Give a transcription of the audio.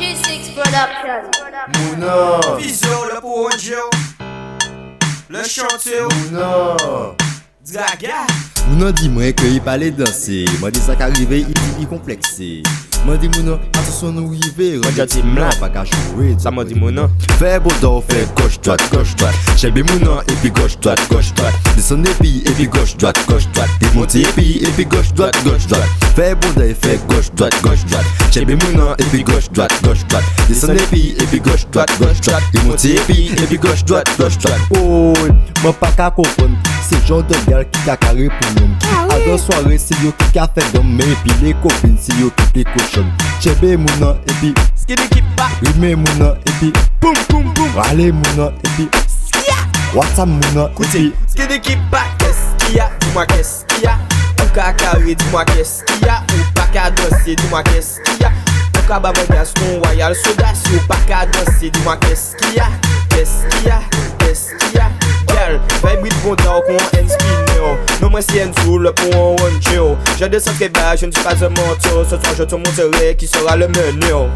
Six Production. Mouna, Piso le pojo Le chante ou Mouna draga Mounan di mwen ke yi pale danse Mwen di sa ka rive yi di yi komplekse Mwen di mounan atensyon nou rive Mwen di mlan, pa ka jowe Sa mwen di mounan Fè bodo, fè kosh, doat, kosh, doat Chebe mounan epi kosh, doat, kosh, doat Desan epi, epi kosh, doat, kosh, doat Demonte epi, epi kosh, doat, kosh, doat Fè bodo, fè kosh, doat, kosh, doat Chebe mounan epi kosh, doat, kosh, doat Desan epi, epi kosh, doat, kosh, doat Demonte epi, epi kosh, doat, kosh, doat Oy, mwen pa ka kompon Se jan de gal ki ka ka reponon A dan soare se yo ki ka fe dom Men epi le kopin se yo ki ple koshon Chebe mounan epi Skidi ki pa Rime mounan epi Poum poum poum Rale mounan epi Watsam mounan epi Kouti Skidi ki pa Kes ki ya Di mwa kes ki ya Ou ka kare di mwa kes ki ya Ou pa ka danse di mwa kes ki ya Ou ka ba mwen gas kon royal soda Si ou pa ka danse di mwa kes ki ya Kes ki ya Kes ki ya Girl, vay bit bon ta ou kon en spineo Non mwen si en sou le pon en one chill Je descends très bas, je ne suis pas un menteur Ce soir je te montrerai qui sera le meneur